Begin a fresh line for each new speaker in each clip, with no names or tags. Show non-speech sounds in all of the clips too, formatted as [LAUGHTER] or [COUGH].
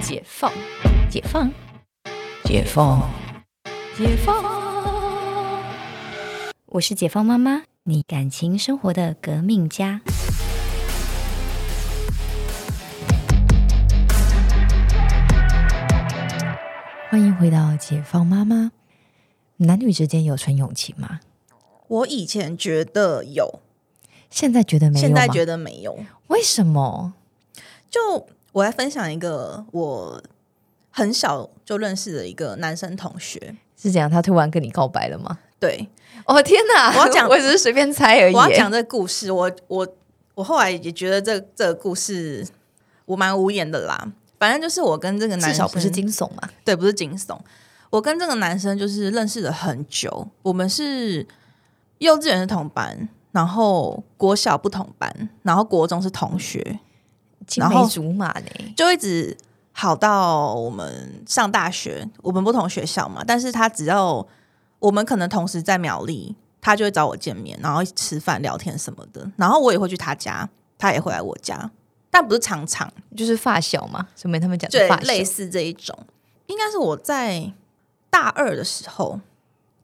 解放，解放，解放，解放。
我是解放妈妈，你感情生活的革命家。
欢迎回到解放妈妈。男女之间有纯友情吗？
我以前觉得有，
现在觉得没有
现
吗？
在觉得没有。
为什么？
就我来分享一个我很小就认识的一个男生同学。
是怎样？他突然跟你告白了吗？
对，
哦天哪！
我要讲
我只是随便猜而已。
我要讲这个故事，我我我后来也觉得这这个故事我蛮无言的啦。反正就是我跟这个男生
至少不是惊悚嘛。
对，不是惊悚。我跟这个男生就是认识了很久，我们是幼稚园是同班，然后国小不同班，然后国中是同学，
青
然后
梅竹马呢？
就一直好到我们上大学。我们不同学校嘛，但是他只要我们可能同时在苗栗，他就会找我见面，然后一起吃饭聊天什么的。然后我也会去他家，他也会来我家，但不是常常，
就是发小嘛，什么他们讲的
对
发，
类
小。
似这一种，应该是我在大二的时候，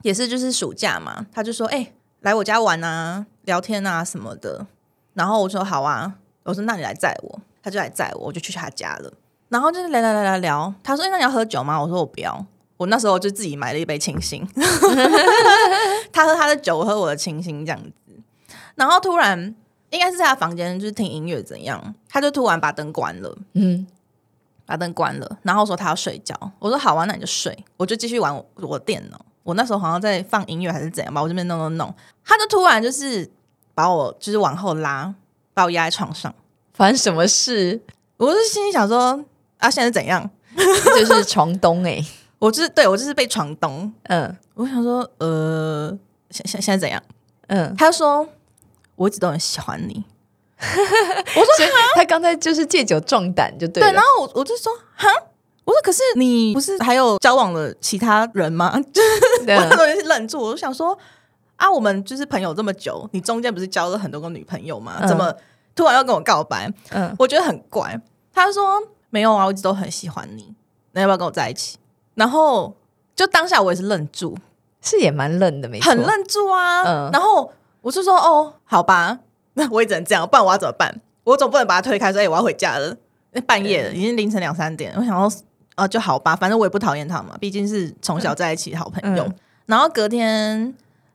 也是就是暑假嘛，他就说：“哎、来我家玩啊，聊天啊什么的。”然后我说：“好啊。”我说：“那你来载我。”他就来载我，我就去他家了。然后就是聊聊聊聊聊，他说：“哎、那你要喝酒吗？”我说：“我不要。”我那时候就自己买了一杯清新， [LAUGHS] 他喝他的酒，我喝我的清新这样子。然后突然，应该是在他房间就是听音乐怎样，他就突然把灯关了。
嗯，
把灯关了，然后说他要睡觉，我说好啊，那你就睡，我就继续玩我我电脑。我那时候好像在放音乐还是怎样吧，我这边弄弄弄，他就突然就是把我就是往后拉，把我压在床上。
发生什么事？ [LAUGHS]
我就心里想说啊，现在是怎样？
就是床东哎、
我就是对我就是被床咚，
嗯
我想说呃，现现现在怎样？
嗯，
他就说我一直都很喜欢你，
所以他刚才就是借酒壮胆就对了。
对，然后我我就说哈，我说可是你不是还有交往了其他人吗？我那时
嗯
候也是愣住，我就想说啊，我们就是朋友这么久，你中间不是交了很多个女朋友吗？
嗯
怎么突然要跟我告白？
嗯，
我觉得很怪。他就说没有啊，我一直都很喜欢你，那要不要跟我在一起？然后就当下我也是愣住，
是也蛮愣的，没错，
很愣住啊。
嗯
然后我就说哦，好吧， [LAUGHS] 那我也只能这样，不然我要怎么办？我总不能把他推开说，哎、我要回家了，那半夜了，已经凌晨两三点了。我想说，啊，就好吧，反正我也不讨厌他嘛，毕竟是从小在一起的好朋友。
嗯
然后隔天，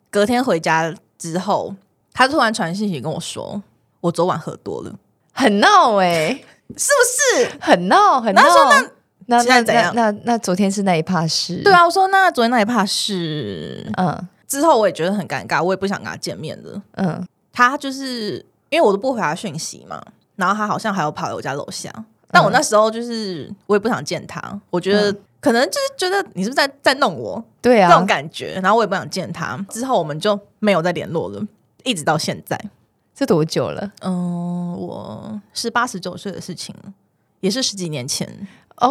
隔天回家之后，他突然传信息跟我说，我昨晚喝多了，
很闹哎、
是不是？
很闹很闹。
然后说
那
现在
那
怎
那
样
那那昨天是那一趴是？
对，啊，我说那昨天那也怕是，
嗯
之后我也觉得很尴尬，我也不想跟他见面了。
嗯
他就是因为我都不回他讯息嘛，然后他好像还有跑来我家楼下，但我那时候就是我也不想见他，我觉得、可能就是觉得你是不是在在弄我、
对
这
啊，
种感觉，然后我也不想见他，之后我们就没有再联络了，一直到现在。
这多久了
嗯、我是八十九岁的事情，也是十几年前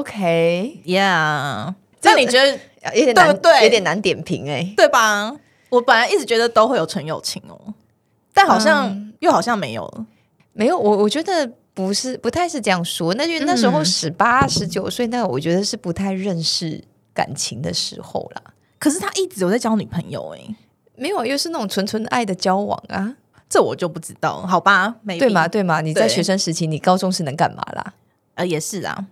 ？OK，
，Yeah。那你觉得
有点
对不对
有点难点评哎、
对吧？我本来一直觉得都会有纯友情哦，但好像、又好像没有了。
没有，我我觉得不是，不太是这样说。那就那时候
嗯
十八、十九岁，那我觉得是不太认识感情的时候啦。
可是他一直有在交女朋友哎、
没有，啊又是那种纯纯爱的交往啊，
这我就不知道，好吧？没
对嘛？？对嘛？你在
对
学生时期，你高中是能干嘛啦？
呃，也是啊。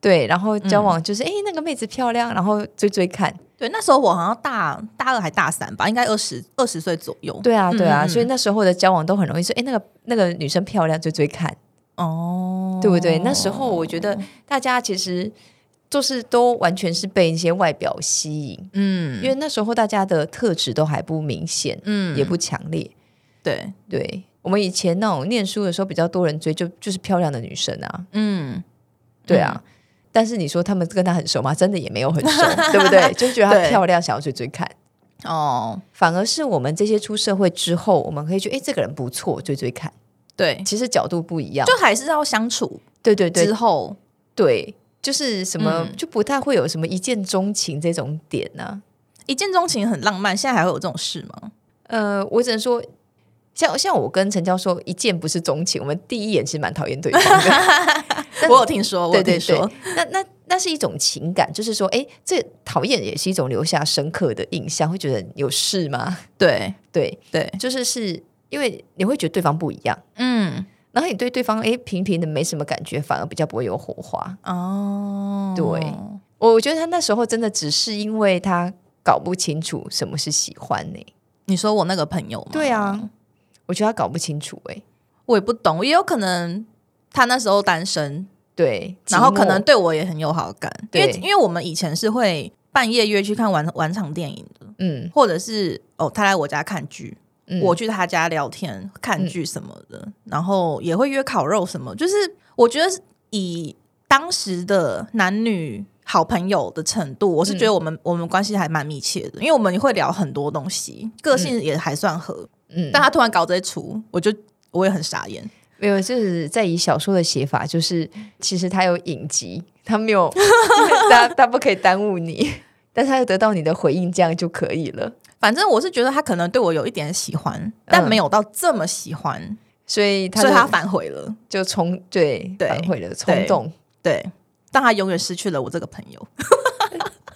对，然后交往就是哎、诶那个妹子漂亮，然后追追看。
对，那时候我好像大大二还大三吧，应该二十二十岁左右。
对啊，对啊，
嗯嗯
所以那时候的交往都很容易说，哎、那个那个女生漂亮，追追看，
哦，
对不对？那时候我觉得大家其实就是都完全是被一些外表吸引，
嗯，
因为那时候大家的特质都还不明显，
嗯
也不强烈。
对，
对我们以前那种念书的时候，比较多人追就就是漂亮的女生啊，
嗯，
对啊。但是你说他们跟她很熟吗？真的也没有很
[LAUGHS]
熟，对不对？就觉得她
对
漂亮，想要追追看。
哦，
反而是我们这些出社会之后，我们可以觉得，哎，这个人不错，追追看。
对，
其实角度不一样，
就还是要相处
对对对
之后，
对，就是什么、
嗯
就不太会有什么一见钟情这种点啊呢、
一见钟情很浪漫，现在还会有这种事吗？
呃，我只能说，像像我跟陈教授一见不是钟情，我们第一眼其实蛮讨厌对方的。但
[LAUGHS] 我有听说，我
[LAUGHS] 对
有
对
听说
对，，那那那是一种情感，就是说，哎，这讨厌也是一种留下深刻的印象，会觉得有事吗？ [LAUGHS]
对
对，
对，
就是是因为你会觉得对方不一样，
嗯，
然后你对对方哎平平的没什么感觉，反而比较不会有火花。
哦，
对我我觉得他那时候真的只是因为他搞不清楚什么是喜欢呢、
你说我那个朋友吗？
对啊，我觉得他搞不清楚哎、
我也不懂，也有可能他那时候单身，
对，
然后
寂寞
可能对我也很有好感，因为
对
因为我们以前是会半夜约去看晚晚场电影的，
嗯
或者是哦他来我家看剧，
嗯
我去他家聊天、看剧什么的，然后也会约烤肉什么。就是我觉得是以当时的男女好朋友的程度，我是
嗯
觉得我们、我们关系还蛮密切的，因为我们会聊很多东西，个性也还算合。
嗯，
但他突然搞这一出，我就我也很傻眼。
没有，就是在以小说的写法，就是其实他有影集，他没有， [LAUGHS] 他他不可以耽误你，但是他又得到你的回应，这样就可以了。
反正我是觉得他可能对我有一点喜欢，但没有到这么喜欢，
所以他
所
就
以嗯他反悔了。
就冲对
对
反悔了冲动，
对，但他永远失去了我这个朋友。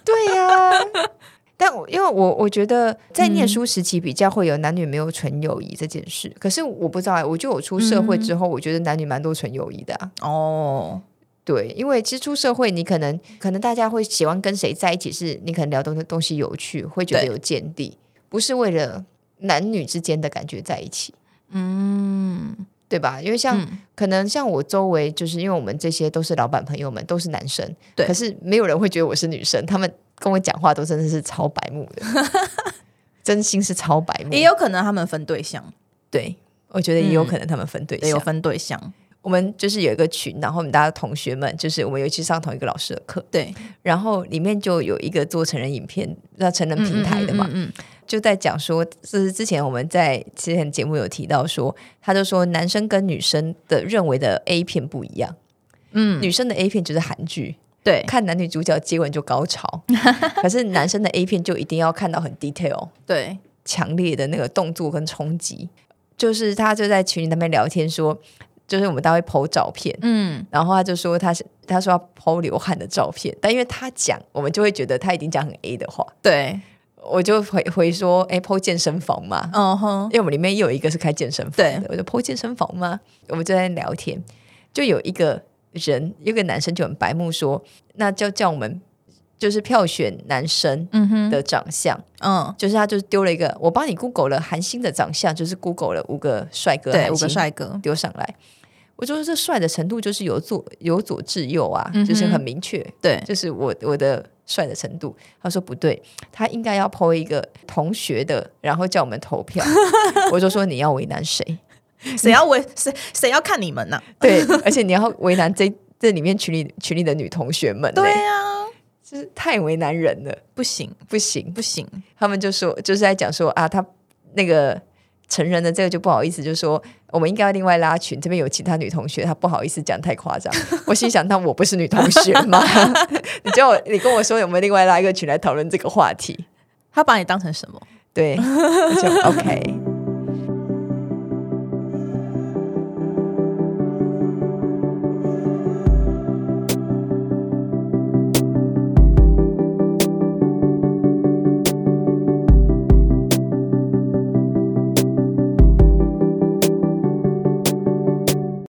对呀、 [LAUGHS] 但我因为我我觉得在念书时期比较会有男女没有纯友谊这件事，可是我不知道、欸，我就我出社会之后，我觉得男女蛮多纯友谊的、啊。
哦，
对，因为其实出社会，你可能可能大家会喜欢跟谁在一起是，你可能聊东东西有趣，会觉得
对
有见地，不是为了男女之间的感觉在一起，
嗯，
对吧？因为像、
嗯
可能像我周围，就是因为我们这些都是老板朋友们，都是男生，
对
可是没有人会觉得我是女生，他们跟我讲话都真的是超白目 [LAUGHS] 的，真心是超白目，嗯
也有可能他们分对象，
对。我觉得也有可能他们分对
也
象。
有分对象，
我们就是有一个群，然后我们大家同学们，就是我们有去上同一个老师的课，
对，
然后里面就有一个做成人影片，那成人平台的嘛，
嗯，
就在讲说，就是之前我们在之前节目有提到说，他就说男生跟女生的认为的 A 片不一样，
嗯，
女生的 A 片就是韩剧，
对，
看男女主角接吻就高
[LAUGHS]
潮，可是男生的 A 片就一定要看到很 detail，
对，
强烈的那个动作跟冲击，就是他就在群里那边聊天说，就是我们大家会 PO 照片，
嗯，
然后他就说他是他说要剖流汗的照片，但因为他讲，我们就会觉得他已经讲很 A 的话，
对，
我就回回说，哎、剖健身房嘛，
嗯哼
因，为我们里面也有一个是开健身房的
对，
我就剖健身房嘛，我们就在聊天，就有一个人，有一个男生就很白目说，那就叫我们就是票选男生
嗯哼，
的长相，
嗯，
就是他就丢了一个，我帮你 Google 了韩星的长相，就是 Google 了五个帅哥，
对，
韩
五个
星
帅哥，
丢上来。我觉得这帅的程度就是由左由左至右啊，
嗯哼
就是很明确，
对，
就是我我的帅的程度。他说不对，他应该要 PO 一个同学的，然后叫我们投
[LAUGHS]
票。我就说你要为难谁？
谁要为谁谁要看你们呢？
对，而且你要为难这这里面群里群里的女同学们、
对
嘞
啊，
就是太为难人了，
不行，
不行。
不行，
他们就说就是在讲说啊，他那个成人的这个就不好意思，就说我们应该要另外拉群，这边有其他女同学，她不好意思讲太夸张。 [LAUGHS] 我心想，那我不是女同学吗？ [LAUGHS] 你叫我你跟我说有没有另外拉一个群来讨论这个话题？
他把你当成什么？
对，我就 OK。